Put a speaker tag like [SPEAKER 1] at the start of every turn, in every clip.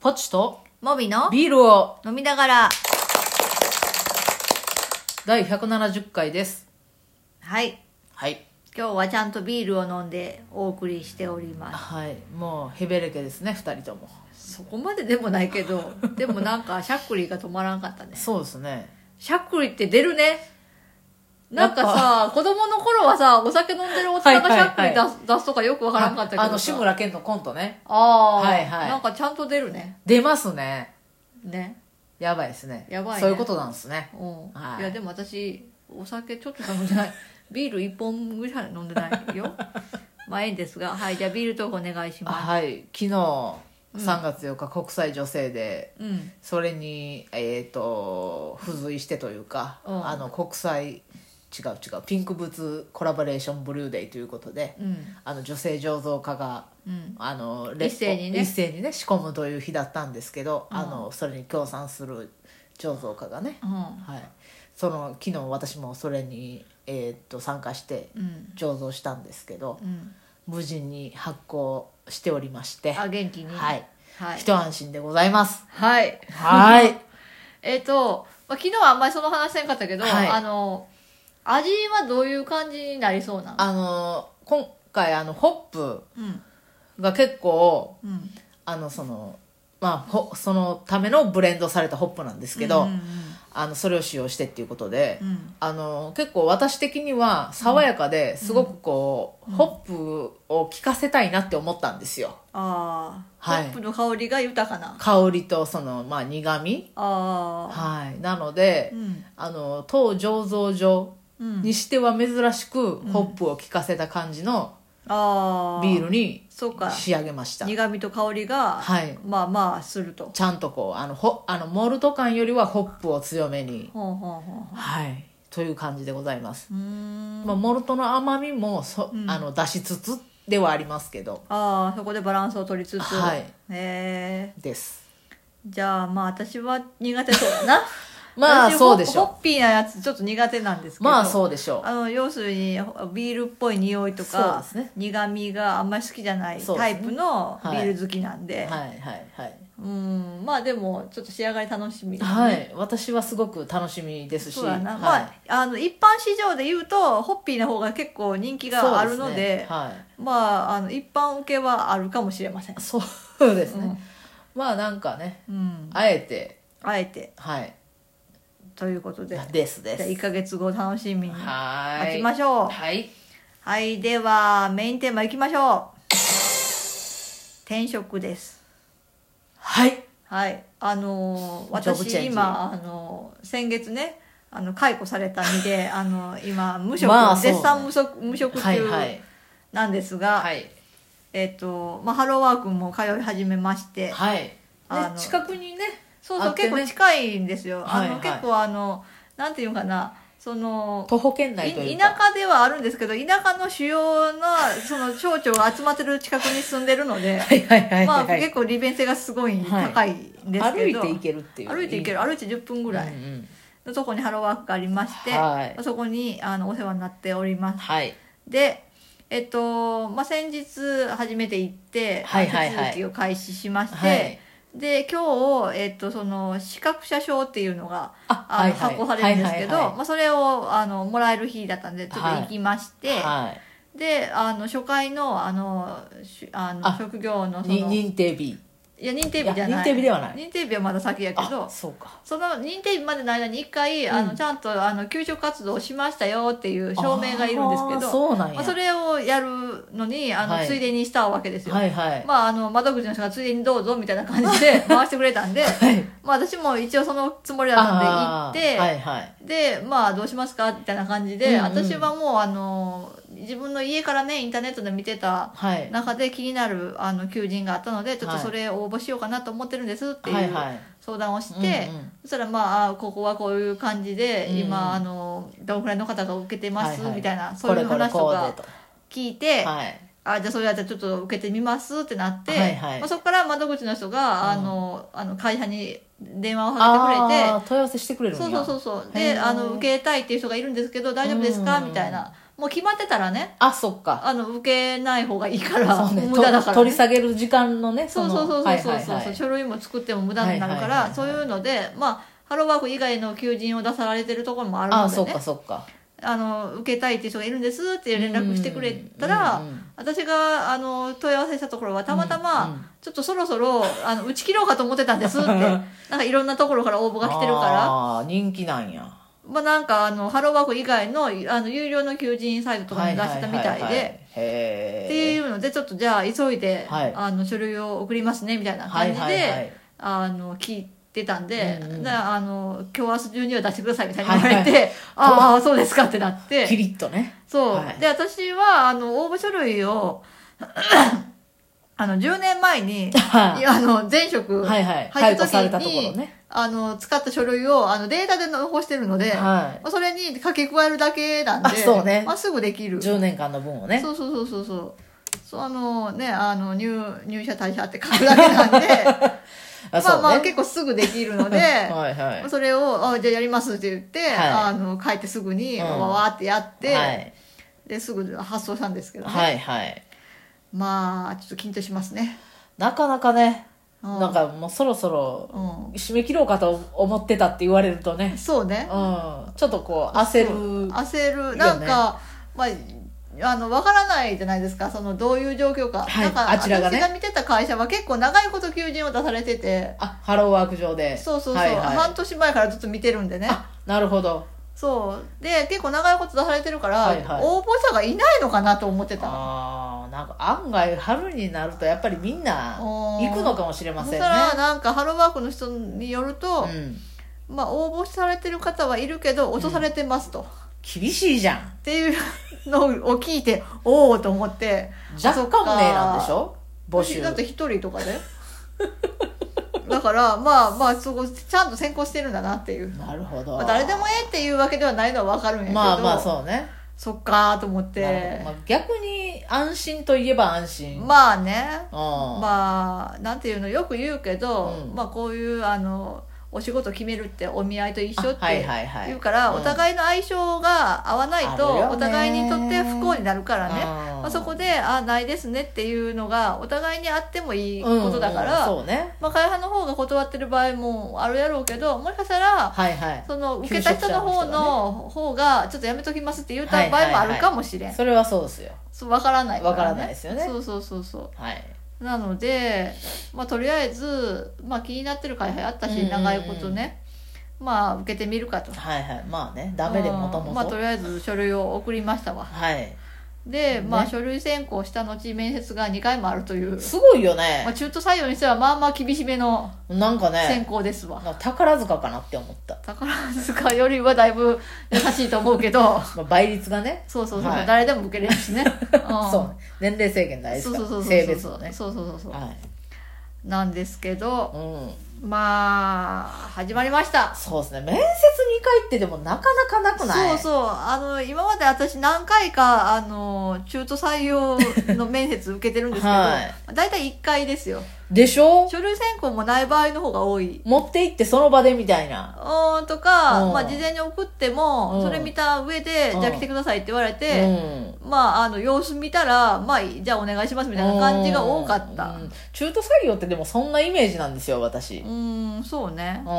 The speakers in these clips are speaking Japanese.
[SPEAKER 1] ポチと
[SPEAKER 2] モビの
[SPEAKER 1] ビールを
[SPEAKER 2] 飲みながら。
[SPEAKER 1] 第170回です。
[SPEAKER 2] はい。
[SPEAKER 1] はい。
[SPEAKER 2] 今日はちゃんとビールを飲んでお送りしております。
[SPEAKER 1] はい。もうヘベレケですね、二人とも。
[SPEAKER 2] そこまででもないけ ど、でもなんかしゃっくりが止まらんかったね。
[SPEAKER 1] そうですね。
[SPEAKER 2] しゃっくりって出るね。なんか
[SPEAKER 1] や
[SPEAKER 2] さ、子供の頃はさ、お酒飲んでる大人がしゃっくり出す,、
[SPEAKER 1] はいは
[SPEAKER 2] 出すとかよくわからんかったけど
[SPEAKER 1] あ
[SPEAKER 2] さ。
[SPEAKER 1] の、志村けんのコントね。
[SPEAKER 2] あー
[SPEAKER 1] はいはい
[SPEAKER 2] なんかちゃんと出るね。
[SPEAKER 1] 出ますね。
[SPEAKER 2] ね。
[SPEAKER 1] やばいですね。
[SPEAKER 2] やばいね
[SPEAKER 1] そういうことなんですね。
[SPEAKER 2] うん。
[SPEAKER 1] はい
[SPEAKER 2] いや、でも私、お酒ちょっとしか飲んでない。 ビール一本ぐらい飲んでない よ。まあ、いいんですが。はい、じゃあビールトークお願いし
[SPEAKER 1] あ
[SPEAKER 2] ま
[SPEAKER 1] はい。昨日、3月4日、国際女性で、
[SPEAKER 2] す。うん。
[SPEAKER 1] それに、えっ、と、付随してというか、
[SPEAKER 2] うん
[SPEAKER 1] あの、国際、違う違う、ピンクブーツコラボレーションブルーデイということで、
[SPEAKER 2] うん。
[SPEAKER 1] あの、女性醸造家が、
[SPEAKER 2] うん。
[SPEAKER 1] あの
[SPEAKER 2] 一斉にね
[SPEAKER 1] 一斉にね仕込むという日だったんですけど、
[SPEAKER 2] うん
[SPEAKER 1] あのそれに協賛する醸造家がね、
[SPEAKER 2] うん。
[SPEAKER 1] はい、その昨日私もそれに、えーっと参加して
[SPEAKER 2] うん。
[SPEAKER 1] 醸造したんですけど、
[SPEAKER 2] うん。
[SPEAKER 1] 無事に発行しておりまして、
[SPEAKER 2] あ、元気に。
[SPEAKER 1] はい。
[SPEAKER 2] はい。
[SPEAKER 1] 一安心でございます。
[SPEAKER 2] はい。
[SPEAKER 1] はい。
[SPEAKER 2] えっ、と、まあ、昨日はあんまりその話せんかったけど、
[SPEAKER 1] はい
[SPEAKER 2] あの、味はどういう感じになりそうなの
[SPEAKER 1] あの今回あのホップ
[SPEAKER 2] うん。
[SPEAKER 1] が結構
[SPEAKER 2] うん。
[SPEAKER 1] あのそのまあほそのためのブレンドされたホップなんですけど、
[SPEAKER 2] うん
[SPEAKER 1] あのそれを使用してっていうことで。
[SPEAKER 2] うんうん。
[SPEAKER 1] あの結構私的には爽やかですごくこう、ホップを効かせたいなって思ったんですよ
[SPEAKER 2] ああ、
[SPEAKER 1] はい
[SPEAKER 2] ホップの香りが豊かな。
[SPEAKER 1] 香りとその、まあ、苦味
[SPEAKER 2] ああ。
[SPEAKER 1] はいなので、
[SPEAKER 2] うん。
[SPEAKER 1] あの当醸造所
[SPEAKER 2] うん。
[SPEAKER 1] にしては珍しく、ホップを効かせた感じの
[SPEAKER 2] ああ。
[SPEAKER 1] ビールに
[SPEAKER 2] そうか。
[SPEAKER 1] 仕上げました
[SPEAKER 2] 苦味と香りが、
[SPEAKER 1] はい
[SPEAKER 2] まあまあ、すると。
[SPEAKER 1] ちゃんとこうあのほあのモルト感よりはホップを強めに、
[SPEAKER 2] ほうほうほうほ
[SPEAKER 1] はいという感じでございます、
[SPEAKER 2] う。うーん。
[SPEAKER 1] まあ、モルトの甘みもそ、あの出しつつではありますけど
[SPEAKER 2] ああ、そこでバランスを取りつつ。
[SPEAKER 1] はい
[SPEAKER 2] へえ。
[SPEAKER 1] です
[SPEAKER 2] じゃあまあ私は苦手そうだな
[SPEAKER 1] まあ
[SPEAKER 2] 私ホ
[SPEAKER 1] そうでしょう
[SPEAKER 2] ホッピーなやつちょっと苦手なんですけど
[SPEAKER 1] まあそうでしょ
[SPEAKER 2] あの要するにほビールっぽい匂いと
[SPEAKER 1] そうで
[SPEAKER 2] か、
[SPEAKER 1] すね
[SPEAKER 2] 苦味があんまり好きじゃない
[SPEAKER 1] そう
[SPEAKER 2] タ
[SPEAKER 1] ですね
[SPEAKER 2] イプのビール好きなん
[SPEAKER 1] う
[SPEAKER 2] で、
[SPEAKER 1] はいはいはい、
[SPEAKER 2] うんまあでもちょっと仕上がり楽しみですね
[SPEAKER 1] はい、私はすごく楽しみですし
[SPEAKER 2] そうだな、
[SPEAKER 1] はい、
[SPEAKER 2] まああの一般市場で言うとホッピーの方が結構人気があるの
[SPEAKER 1] そ
[SPEAKER 2] で
[SPEAKER 1] うすねはい、
[SPEAKER 2] まああの一般受けはあるかもしれません、
[SPEAKER 1] そうです
[SPEAKER 2] う
[SPEAKER 1] ね、
[SPEAKER 2] ん
[SPEAKER 1] まあなんかね
[SPEAKER 2] うん、
[SPEAKER 1] あえて
[SPEAKER 2] あえて
[SPEAKER 1] はい
[SPEAKER 2] ということで
[SPEAKER 1] ですで
[SPEAKER 2] じゃあ
[SPEAKER 1] す
[SPEAKER 2] 1か月後楽しみに
[SPEAKER 1] は
[SPEAKER 2] 待
[SPEAKER 1] ー
[SPEAKER 2] ち
[SPEAKER 1] い
[SPEAKER 2] ましょう
[SPEAKER 1] はい
[SPEAKER 2] はい、ではメインテーマいきましょう。転職です。
[SPEAKER 1] はい
[SPEAKER 2] はい、あのー
[SPEAKER 1] ジョブチェン
[SPEAKER 2] 私
[SPEAKER 1] ジ
[SPEAKER 2] 今あのー先月ね、あの解雇された身で、 あのー今無職、
[SPEAKER 1] まあそうね
[SPEAKER 2] 絶賛無職無職
[SPEAKER 1] はいは
[SPEAKER 2] 中
[SPEAKER 1] い
[SPEAKER 2] なんですが、
[SPEAKER 1] はい
[SPEAKER 2] えっ、とまあハローワークも通い始めまして、
[SPEAKER 1] はいね
[SPEAKER 2] あの
[SPEAKER 1] 近くにね
[SPEAKER 2] そうそ
[SPEAKER 1] あ
[SPEAKER 2] う、
[SPEAKER 1] ってね
[SPEAKER 2] 結構近いんですよ。あの、
[SPEAKER 1] はいはい
[SPEAKER 2] 結構あのなんていうかな、その
[SPEAKER 1] 徒歩圏内とい
[SPEAKER 2] いう田
[SPEAKER 1] か
[SPEAKER 2] 舎ではあるんですけど田舎の主要なその省庁が集まってる近くに住んでるので
[SPEAKER 1] はいはいはい
[SPEAKER 2] ま
[SPEAKER 1] は
[SPEAKER 2] あ
[SPEAKER 1] い、は
[SPEAKER 2] 結
[SPEAKER 1] い
[SPEAKER 2] 構利便性がすごい
[SPEAKER 1] はい
[SPEAKER 2] 高いんですけど、
[SPEAKER 1] 歩いて行けるっていう
[SPEAKER 2] 歩いて行ける歩いて10分ぐらい
[SPEAKER 1] うんうん
[SPEAKER 2] のとこにハローワークがありまして、
[SPEAKER 1] はい
[SPEAKER 2] そこにあのお世話になっております
[SPEAKER 1] はい
[SPEAKER 2] でえっと、まあ、先日初めて行って、
[SPEAKER 1] はいはいはい
[SPEAKER 2] 手続きを開始しまして、
[SPEAKER 1] はい
[SPEAKER 2] で今日、えっと、その資格者証っていうのが
[SPEAKER 1] あ
[SPEAKER 2] あの発行されるんですけど、
[SPEAKER 1] は
[SPEAKER 2] まあ、それをあのもらえる日だったんでちょっと行きまし
[SPEAKER 1] い
[SPEAKER 2] て、
[SPEAKER 1] はいはい
[SPEAKER 2] であの初回のあのしあの
[SPEAKER 1] あ
[SPEAKER 2] 職業のそ
[SPEAKER 1] に
[SPEAKER 2] のい
[SPEAKER 1] 認定日
[SPEAKER 2] や認定日じゃない
[SPEAKER 1] いや認定日ではない
[SPEAKER 2] 認定日はまだ先やけ
[SPEAKER 1] あ
[SPEAKER 2] ど
[SPEAKER 1] そうか
[SPEAKER 2] その認定日までの間に一回、あ
[SPEAKER 1] う
[SPEAKER 2] の
[SPEAKER 1] ん
[SPEAKER 2] ちゃんとあの給食活動をしましたよっていう証明がいるんですけ
[SPEAKER 1] あー
[SPEAKER 2] ど
[SPEAKER 1] そうなんや、
[SPEAKER 2] まあ、それをやるのにあの、
[SPEAKER 1] はい
[SPEAKER 2] ついでにしたわけですよ。
[SPEAKER 1] はいはい、
[SPEAKER 2] まあ、あの窓口の人がついでにどうぞみたいな感じで 回してくれたんで
[SPEAKER 1] はい
[SPEAKER 2] まあ私も一応そのつもりだった
[SPEAKER 1] あ
[SPEAKER 2] んで行っ
[SPEAKER 1] ー
[SPEAKER 2] て、
[SPEAKER 1] はいはい
[SPEAKER 2] でまあどうしますかみたいな感じで、
[SPEAKER 1] うんうん
[SPEAKER 2] 私はもうあの自分の家からねインターネットで見てた
[SPEAKER 1] はい
[SPEAKER 2] 中で気になるあの求人があったのでちょっ
[SPEAKER 1] は
[SPEAKER 2] と
[SPEAKER 1] い
[SPEAKER 2] それ応募しようかなと思ってるんですって
[SPEAKER 1] はいいうはい
[SPEAKER 2] 相談をして、
[SPEAKER 1] うんうん
[SPEAKER 2] そしたらまああここはこういう感じで、
[SPEAKER 1] うんうん
[SPEAKER 2] 今あのどのくらいの方が受けてます、
[SPEAKER 1] はいはい
[SPEAKER 2] みたいなそ
[SPEAKER 1] こ
[SPEAKER 2] うい
[SPEAKER 1] れ
[SPEAKER 2] う
[SPEAKER 1] これ
[SPEAKER 2] 話と
[SPEAKER 1] こ
[SPEAKER 2] か
[SPEAKER 1] うでと
[SPEAKER 2] 聞いて、
[SPEAKER 1] はい
[SPEAKER 2] あじゃあそれやったらちょっと受けてみますってなって、
[SPEAKER 1] はいはい
[SPEAKER 2] まあ、そこから窓口の人が、
[SPEAKER 1] うん
[SPEAKER 2] あのあの会社に電話をかけてくれて
[SPEAKER 1] ああー問い合わせしてくれるんや
[SPEAKER 2] そうそうそうそう
[SPEAKER 1] へ
[SPEAKER 2] で
[SPEAKER 1] ー
[SPEAKER 2] あの受けたいっていう人がいるんですけど大丈夫ですか
[SPEAKER 1] うん
[SPEAKER 2] みたいな、もう決まってたらね
[SPEAKER 1] あそっか
[SPEAKER 2] あの受けない方がいいから、
[SPEAKER 1] そうね
[SPEAKER 2] 無駄だか
[SPEAKER 1] と
[SPEAKER 2] ら、
[SPEAKER 1] 取
[SPEAKER 2] ね
[SPEAKER 1] り、下げる時間のね
[SPEAKER 2] そう
[SPEAKER 1] の
[SPEAKER 2] そうそうそう
[SPEAKER 1] はい
[SPEAKER 2] そう
[SPEAKER 1] はい
[SPEAKER 2] そう、
[SPEAKER 1] はい
[SPEAKER 2] 書類も作っても無駄になる
[SPEAKER 1] はい
[SPEAKER 2] から、
[SPEAKER 1] はいはいはい
[SPEAKER 2] そういうのでまあハローワーク以外の求人を出されてるところもある
[SPEAKER 1] あ
[SPEAKER 2] の
[SPEAKER 1] そ
[SPEAKER 2] で
[SPEAKER 1] っ
[SPEAKER 2] ね
[SPEAKER 1] かそっか
[SPEAKER 2] あの受けたいっていう人がいるんですって連絡してくれたら、
[SPEAKER 1] うんうんうん
[SPEAKER 2] 私があの問い合わせしたところはたまたま、
[SPEAKER 1] うんうん
[SPEAKER 2] ちょっとそろそろあの打ち切ろうかと思ってた んですってなんかいろんなところから応募が来てるから
[SPEAKER 1] あー人気なんや
[SPEAKER 2] まあなんかあのハローワーク以外のあの有料の求人サイトとかに出してたみたいで、
[SPEAKER 1] ははははへえ
[SPEAKER 2] っていうのでちょっとじゃあ急いで、
[SPEAKER 1] はい
[SPEAKER 2] あの書類を送りますねみたいな感じで、
[SPEAKER 1] はいはいはい
[SPEAKER 2] あの聞いてたんで、
[SPEAKER 1] うんうん
[SPEAKER 2] だからあの今日明日中には出してくださいみたいに言われて、
[SPEAKER 1] は
[SPEAKER 2] ああそうですかってなっ
[SPEAKER 1] キ
[SPEAKER 2] て
[SPEAKER 1] リッとね
[SPEAKER 2] そう、
[SPEAKER 1] はい
[SPEAKER 2] で私はあの応募書類を あの10年前にい
[SPEAKER 1] は
[SPEAKER 2] やあの前職、
[SPEAKER 1] いはい
[SPEAKER 2] 入
[SPEAKER 1] 解
[SPEAKER 2] っ
[SPEAKER 1] 雇
[SPEAKER 2] た時に
[SPEAKER 1] されたところね
[SPEAKER 2] あの使った書類をあのデータで残してるので、
[SPEAKER 1] は
[SPEAKER 2] まあそれに書き加えるだけなんで
[SPEAKER 1] あそうね
[SPEAKER 2] まあ、すぐでき
[SPEAKER 1] い
[SPEAKER 2] る
[SPEAKER 1] 10年間の分をね
[SPEAKER 2] そうそうそうそうそう。そうあのねあの入入社退社って書くだけなんで、
[SPEAKER 1] あ
[SPEAKER 2] まあま
[SPEAKER 1] そ
[SPEAKER 2] あ
[SPEAKER 1] うね
[SPEAKER 2] 結構すぐできるので。
[SPEAKER 1] はいはい
[SPEAKER 2] それをあじゃあやりますって言って、
[SPEAKER 1] はい
[SPEAKER 2] あの書いてすぐに、
[SPEAKER 1] うん
[SPEAKER 2] わわーってやって、
[SPEAKER 1] はい
[SPEAKER 2] ですぐ発送したんですけど、ね
[SPEAKER 1] はいはい
[SPEAKER 2] まあちょっと緊張しますね。
[SPEAKER 1] なかなかね
[SPEAKER 2] うん
[SPEAKER 1] なんかもうそろそろ
[SPEAKER 2] うん、
[SPEAKER 1] 締め切ろうかと思ってたって言われるとね
[SPEAKER 2] そうね
[SPEAKER 1] うんちょっとこう焦る
[SPEAKER 2] 焦
[SPEAKER 1] ね
[SPEAKER 2] るなんか、まああのわからないじゃないですかそのどういう状況か、
[SPEAKER 1] はい
[SPEAKER 2] なんか
[SPEAKER 1] あちらがね
[SPEAKER 2] 私が見てた会社は結構長いこと求人を出されてて。
[SPEAKER 1] あハローワーク上で
[SPEAKER 2] そうそうそう、
[SPEAKER 1] はいはい
[SPEAKER 2] 半年前からずっと見てるんでね
[SPEAKER 1] あなるほど
[SPEAKER 2] そうで結構長いこと出されてるから、
[SPEAKER 1] はいはい
[SPEAKER 2] 応募者がいないのかなと思ってた
[SPEAKER 1] あーなんか案外春になるとやっぱりみんな
[SPEAKER 2] うん
[SPEAKER 1] 行くのかもしれま
[SPEAKER 2] そ
[SPEAKER 1] せ
[SPEAKER 2] し
[SPEAKER 1] ん
[SPEAKER 2] たら
[SPEAKER 1] ね
[SPEAKER 2] なんかハローワークの人によると
[SPEAKER 1] う、ん
[SPEAKER 2] まあ、応募されてる方はいるけど落とされてますと、っ
[SPEAKER 1] 厳しいじゃん
[SPEAKER 2] ていうのを聞いて おおと思って
[SPEAKER 1] 若干名なんでしょ募集
[SPEAKER 2] 私だって一人とかで だからまあまあそこちゃんと先行してるんだなっていう、
[SPEAKER 1] なるほど
[SPEAKER 2] まあ、誰でもええっていうわけではないのは分かるんやけど
[SPEAKER 1] まあまあそうね
[SPEAKER 2] そっかーと思っ
[SPEAKER 1] なるほ
[SPEAKER 2] て
[SPEAKER 1] どまあ逆に安心といえば安心うん
[SPEAKER 2] まあね
[SPEAKER 1] ま
[SPEAKER 2] まあなんていうのよく言うけど、
[SPEAKER 1] うん
[SPEAKER 2] まあこういうあのお仕事決めるってお見合いと一緒っ
[SPEAKER 1] はい
[SPEAKER 2] て
[SPEAKER 1] はいはい
[SPEAKER 2] 言うから、
[SPEAKER 1] うん
[SPEAKER 2] お互いの相性が合わない
[SPEAKER 1] あるよ
[SPEAKER 2] と
[SPEAKER 1] ね
[SPEAKER 2] お互いにとって不幸になるからね、
[SPEAKER 1] うん
[SPEAKER 2] まあ、そこで「あないですね」っていうのがお互いにあってもいいことだから、
[SPEAKER 1] うんうんそうね
[SPEAKER 2] まあ、会派の方が断ってる場合もあるやろうけどもしかしたら
[SPEAKER 1] はいはい
[SPEAKER 2] その受けた人の方
[SPEAKER 1] 求職者
[SPEAKER 2] の方がちょっとやめときますって言うた場合もあるかもしれん、
[SPEAKER 1] それはそうですよ
[SPEAKER 2] そう分からない
[SPEAKER 1] わからないですよね
[SPEAKER 2] そうそうそうそう
[SPEAKER 1] はい
[SPEAKER 2] なので、まあ、とりあえず、まあ、気になってる会派あった
[SPEAKER 1] うんうんう
[SPEAKER 2] し
[SPEAKER 1] ん
[SPEAKER 2] 長いことね、まあ受けてみるかと
[SPEAKER 1] はいはいまあねダメでもと
[SPEAKER 2] う
[SPEAKER 1] も
[SPEAKER 2] ん
[SPEAKER 1] と
[SPEAKER 2] まあ、とりあえず書類を送りましたわ
[SPEAKER 1] はい
[SPEAKER 2] で、まあ
[SPEAKER 1] ね
[SPEAKER 2] 書類選考した後面接が2回もあるという、
[SPEAKER 1] すごいよ
[SPEAKER 2] まあ、
[SPEAKER 1] ね
[SPEAKER 2] 中途採用にしてはまあまあ厳しめの
[SPEAKER 1] なんか
[SPEAKER 2] 選
[SPEAKER 1] ね
[SPEAKER 2] 考ですわ、
[SPEAKER 1] なんか宝塚かなって思った
[SPEAKER 2] 宝塚よりはだいぶ優しいと思う けど
[SPEAKER 1] まあ倍率がね
[SPEAKER 2] そうそうそう、
[SPEAKER 1] はい
[SPEAKER 2] 誰でも受けれるし ね、うん
[SPEAKER 1] そうね年齢制限ないです
[SPEAKER 2] そう
[SPEAKER 1] か
[SPEAKER 2] そうそ
[SPEAKER 1] ら
[SPEAKER 2] うそう
[SPEAKER 1] 性別もね
[SPEAKER 2] そうそうそうそう
[SPEAKER 1] はい
[SPEAKER 2] なんですけど
[SPEAKER 1] うん
[SPEAKER 2] まあ始まりました
[SPEAKER 1] そうですね面接2回ってでもなかなかなくない
[SPEAKER 2] そうそうあの今まで私何回かあの中途採用の面接受けてるんですけど、
[SPEAKER 1] はい
[SPEAKER 2] 大体1回ですよ
[SPEAKER 1] でしょ
[SPEAKER 2] 書類選考もない場合の方が多い
[SPEAKER 1] 持って行ってその場でみたいな
[SPEAKER 2] うーんとか、
[SPEAKER 1] うん
[SPEAKER 2] まあ、事前に送って
[SPEAKER 1] う
[SPEAKER 2] も
[SPEAKER 1] ん
[SPEAKER 2] それ見た上で、
[SPEAKER 1] うん
[SPEAKER 2] じゃあ来てくださいって言われ
[SPEAKER 1] う
[SPEAKER 2] て、
[SPEAKER 1] ん
[SPEAKER 2] まああの様子見たらまあいいじゃあお願いしますみたいな感じが多かった
[SPEAKER 1] うん中途採用ってでもそんなイメージなんですよ私
[SPEAKER 2] うーんそうね
[SPEAKER 1] う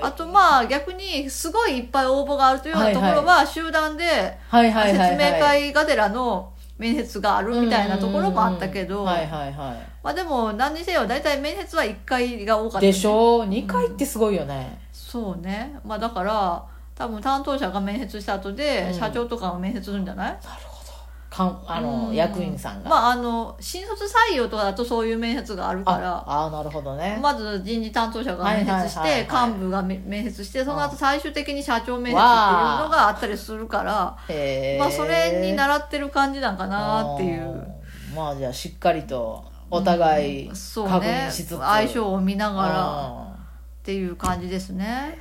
[SPEAKER 1] ん
[SPEAKER 2] あとまあ逆にすごいいっぱい応募があるというようなところは集団で、
[SPEAKER 1] はいはいはい、はい、
[SPEAKER 2] 説明会がてらの面接があるみたいなところもあったけど、
[SPEAKER 1] うんうんうんはいはいは
[SPEAKER 2] まあでも何にせよ大体面接は1回が多かった
[SPEAKER 1] いで
[SPEAKER 2] ね、
[SPEAKER 1] しょ2回ってすごいよね、
[SPEAKER 2] そうねまあだから多分担当者が面接した後で、
[SPEAKER 1] うん
[SPEAKER 2] 社長とかも面接するんじゃない
[SPEAKER 1] なるほどかんあの、
[SPEAKER 2] うん
[SPEAKER 1] 役員さんが、
[SPEAKER 2] まああの新卒採用とかだとそういう面接がある
[SPEAKER 1] あ
[SPEAKER 2] か
[SPEAKER 1] あーなるほどね
[SPEAKER 2] ら、まず人事担当者が面接して、
[SPEAKER 1] はいはいはいはい
[SPEAKER 2] 幹部がめ面接してその後最終的に社長面接っていうの
[SPEAKER 1] わあ
[SPEAKER 2] があったりするから、
[SPEAKER 1] へー
[SPEAKER 2] まあそれに習ってる感じなんかなっていう。
[SPEAKER 1] うんまあじゃあしっかりとお互い
[SPEAKER 2] うんそう
[SPEAKER 1] 確
[SPEAKER 2] ね
[SPEAKER 1] 認しつつ、
[SPEAKER 2] 相性を見ながらっ
[SPEAKER 1] ら
[SPEAKER 2] ていう感じですね、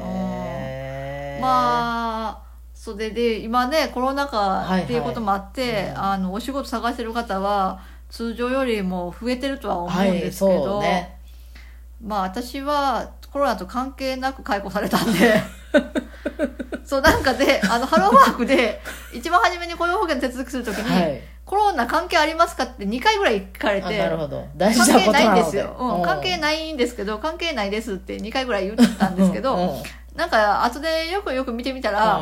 [SPEAKER 1] えー、
[SPEAKER 2] まあそれで今ねコロ
[SPEAKER 1] い
[SPEAKER 2] ナ
[SPEAKER 1] は
[SPEAKER 2] 禍
[SPEAKER 1] い
[SPEAKER 2] っていうこともあって、
[SPEAKER 1] うん
[SPEAKER 2] あのお仕事探してる方は通常よりも増えてるとは思
[SPEAKER 1] は
[SPEAKER 2] うん
[SPEAKER 1] い
[SPEAKER 2] ですけど、
[SPEAKER 1] そうね
[SPEAKER 2] まあ私はコロナと関係なく解雇されたんで そうなんかであのハローワークで一番初めに雇用保険手続きするときに、
[SPEAKER 1] はい
[SPEAKER 2] コロナ関係ありますかって2回ぐらい聞かれ
[SPEAKER 1] あ
[SPEAKER 2] て
[SPEAKER 1] なるほど大
[SPEAKER 2] 関
[SPEAKER 1] 事なこ
[SPEAKER 2] 係
[SPEAKER 1] と
[SPEAKER 2] ない
[SPEAKER 1] なん
[SPEAKER 2] で
[SPEAKER 1] の
[SPEAKER 2] す
[SPEAKER 1] で
[SPEAKER 2] よ、うん、関係
[SPEAKER 1] い
[SPEAKER 2] ないんですけど関係ないですって2回ぐらい言ったんですけど、
[SPEAKER 1] うん
[SPEAKER 2] なんか後でよくよく見てみたら、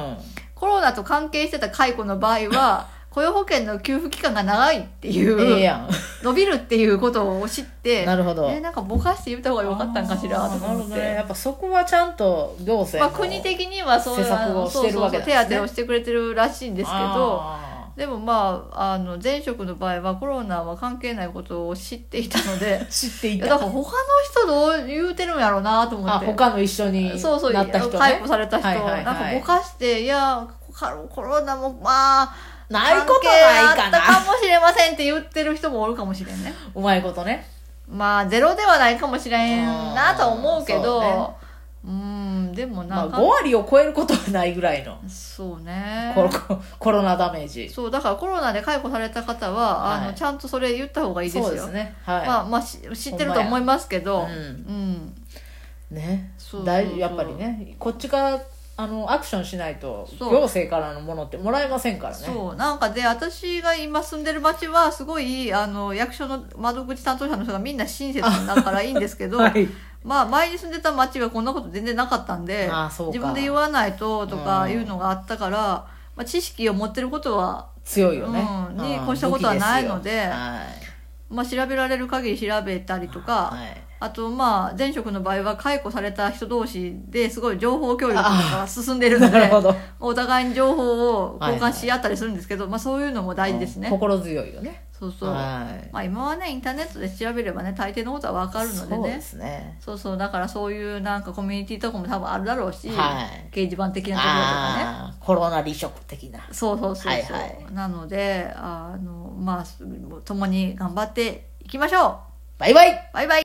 [SPEAKER 2] コロナと関係してた解雇の場合は雇用保険の給付期間が長いってい
[SPEAKER 1] うんええ
[SPEAKER 2] う
[SPEAKER 1] や
[SPEAKER 2] 伸びるっていうことを知っ
[SPEAKER 1] ん
[SPEAKER 2] て
[SPEAKER 1] なるほど
[SPEAKER 2] えなんかぼかして言った方がよかったんかしらと
[SPEAKER 1] あーなる
[SPEAKER 2] 思
[SPEAKER 1] ほ
[SPEAKER 2] っ
[SPEAKER 1] ど
[SPEAKER 2] て、
[SPEAKER 1] ねやっぱそこはちゃんと行政
[SPEAKER 2] まあ、
[SPEAKER 1] も
[SPEAKER 2] 国的にはそういう
[SPEAKER 1] 施策を
[SPEAKER 2] あの
[SPEAKER 1] してるわけなん
[SPEAKER 2] そうそ
[SPEAKER 1] で
[SPEAKER 2] う
[SPEAKER 1] すね
[SPEAKER 2] そう手当をしてくれてるらしいんですけど
[SPEAKER 1] あ
[SPEAKER 2] でもまああの前職の場合はコロナは関係ないことを知っていたので
[SPEAKER 1] ー知ってい
[SPEAKER 2] いや
[SPEAKER 1] た
[SPEAKER 2] だから他の人どう言うてるんやろうなと思
[SPEAKER 1] あ
[SPEAKER 2] って
[SPEAKER 1] 他の一緒に
[SPEAKER 2] そうそう
[SPEAKER 1] なった人
[SPEAKER 2] 解
[SPEAKER 1] ね
[SPEAKER 2] 雇された人、
[SPEAKER 1] はいはいはい
[SPEAKER 2] なんかぼかしていやコロコロナもまあ
[SPEAKER 1] ないことないか
[SPEAKER 2] 関係あった
[SPEAKER 1] な
[SPEAKER 2] かもしれませんって言ってる人もおるかもしれんね
[SPEAKER 1] うまいことね
[SPEAKER 2] まあゼロではないかもしれんなとは思うけどうーんでも
[SPEAKER 1] ま
[SPEAKER 2] な
[SPEAKER 1] あ
[SPEAKER 2] んか、
[SPEAKER 1] 5割を超えることはないぐらいの
[SPEAKER 2] そうね
[SPEAKER 1] コロココロナダメージ
[SPEAKER 2] そうだからコロナで解雇された方は、あ
[SPEAKER 1] は
[SPEAKER 2] の
[SPEAKER 1] い
[SPEAKER 2] ちゃんとそれ言った方がいいですよ
[SPEAKER 1] そうですね
[SPEAKER 2] ま
[SPEAKER 1] は
[SPEAKER 2] あまあし知ってると思いますけ
[SPEAKER 1] い
[SPEAKER 2] ど
[SPEAKER 1] うん
[SPEAKER 2] うん
[SPEAKER 1] ね
[SPEAKER 2] そう
[SPEAKER 1] だ
[SPEAKER 2] そう
[SPEAKER 1] いやっぱりねこっちからあのアクションしないと
[SPEAKER 2] そう
[SPEAKER 1] 行政からのものってもらえませんからね
[SPEAKER 2] そうなんかで私が今住んでる町はすごいあの役所の窓口担当者の人がみんな親切だからいいんですけど、
[SPEAKER 1] はい
[SPEAKER 2] まあ前に住んでた町はこんなこと全然なかったんで
[SPEAKER 1] ああそうか
[SPEAKER 2] 自分で言わないととか
[SPEAKER 1] うん
[SPEAKER 2] いうのがあったから、まあ、知識を持ってることは、
[SPEAKER 1] 強いよね
[SPEAKER 2] うんに
[SPEAKER 1] うん
[SPEAKER 2] 越したことはないの
[SPEAKER 1] 武器
[SPEAKER 2] で
[SPEAKER 1] すよは
[SPEAKER 2] まあ、調べられる限り調べたりとか、
[SPEAKER 1] いはい
[SPEAKER 2] あとまあ前職の場合は解雇された人同士ですごい情報共有とかが進んでるの
[SPEAKER 1] なる
[SPEAKER 2] で
[SPEAKER 1] ほど
[SPEAKER 2] お互いに情報を交換し合ったりするんですけど、まあ、そういうのも大事です
[SPEAKER 1] う
[SPEAKER 2] ね
[SPEAKER 1] ん。心強いよね
[SPEAKER 2] そうそう
[SPEAKER 1] はい
[SPEAKER 2] まあ、今はねインターネットで調べればね大抵のことは分かるので
[SPEAKER 1] そうで
[SPEAKER 2] ね
[SPEAKER 1] すね
[SPEAKER 2] そうそうだからそういうなんかコミュニティとかも多分あるだろうし、
[SPEAKER 1] はい
[SPEAKER 2] 掲示板的なところとかね
[SPEAKER 1] ああーコロナ離職的な
[SPEAKER 2] そうそうそうそう、
[SPEAKER 1] はいはい
[SPEAKER 2] なのであのまあす共に頑張っていきましょ
[SPEAKER 1] バイバイ
[SPEAKER 2] うバイバイ